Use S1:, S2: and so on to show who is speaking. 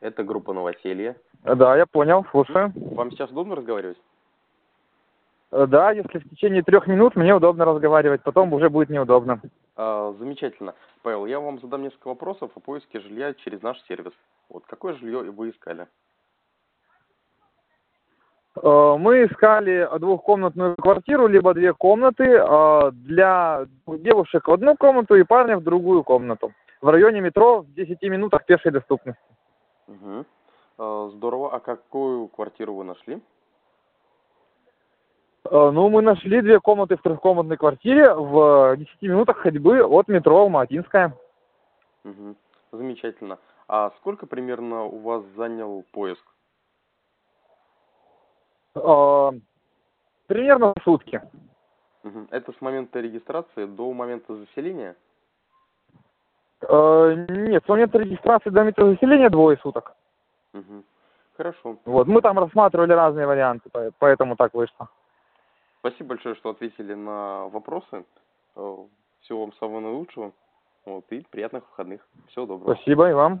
S1: Это группа «Новоселье».
S2: Э, Да, я понял, слушаю.
S1: Вам сейчас удобно разговаривать?
S2: Э, Да, если в течение трех минут мне удобно разговаривать, потом уже будет неудобно.
S1: А, замечательно. Павел, я вам задам несколько вопросов о поиске жилья через наш сервис. Вот какое жилье вы искали?
S2: Э, Мы искали двухкомнатную квартиру, либо две комнаты э, для девушек в одну комнату и парня в другую комнату. В районе метро в 10 минутах пешей доступности.
S1: Мгм. А, здорово. А какую квартиру вы нашли?
S2: Э, Ну, мы нашли две комнаты в трехкомнатной квартире в э, 10 минутах ходьбы от метро Алматинская.
S1: Мгм. Замечательно. А сколько примерно у вас занял поиск?
S2: Э, Примерно сутки.
S1: Мгм. Это с момента регистрации до момента заселения?
S2: Э, Нет, с момента регистрации до места заселения двое суток.
S1: Мгм. Хорошо.
S2: Вот, мы там рассматривали разные варианты, по- поэтому так вышло.
S1: Спасибо большое, что ответили на вопросы. Э, Всего вам самого наилучшего. Вот, и приятных выходных. Всего доброго.
S2: Спасибо и вам.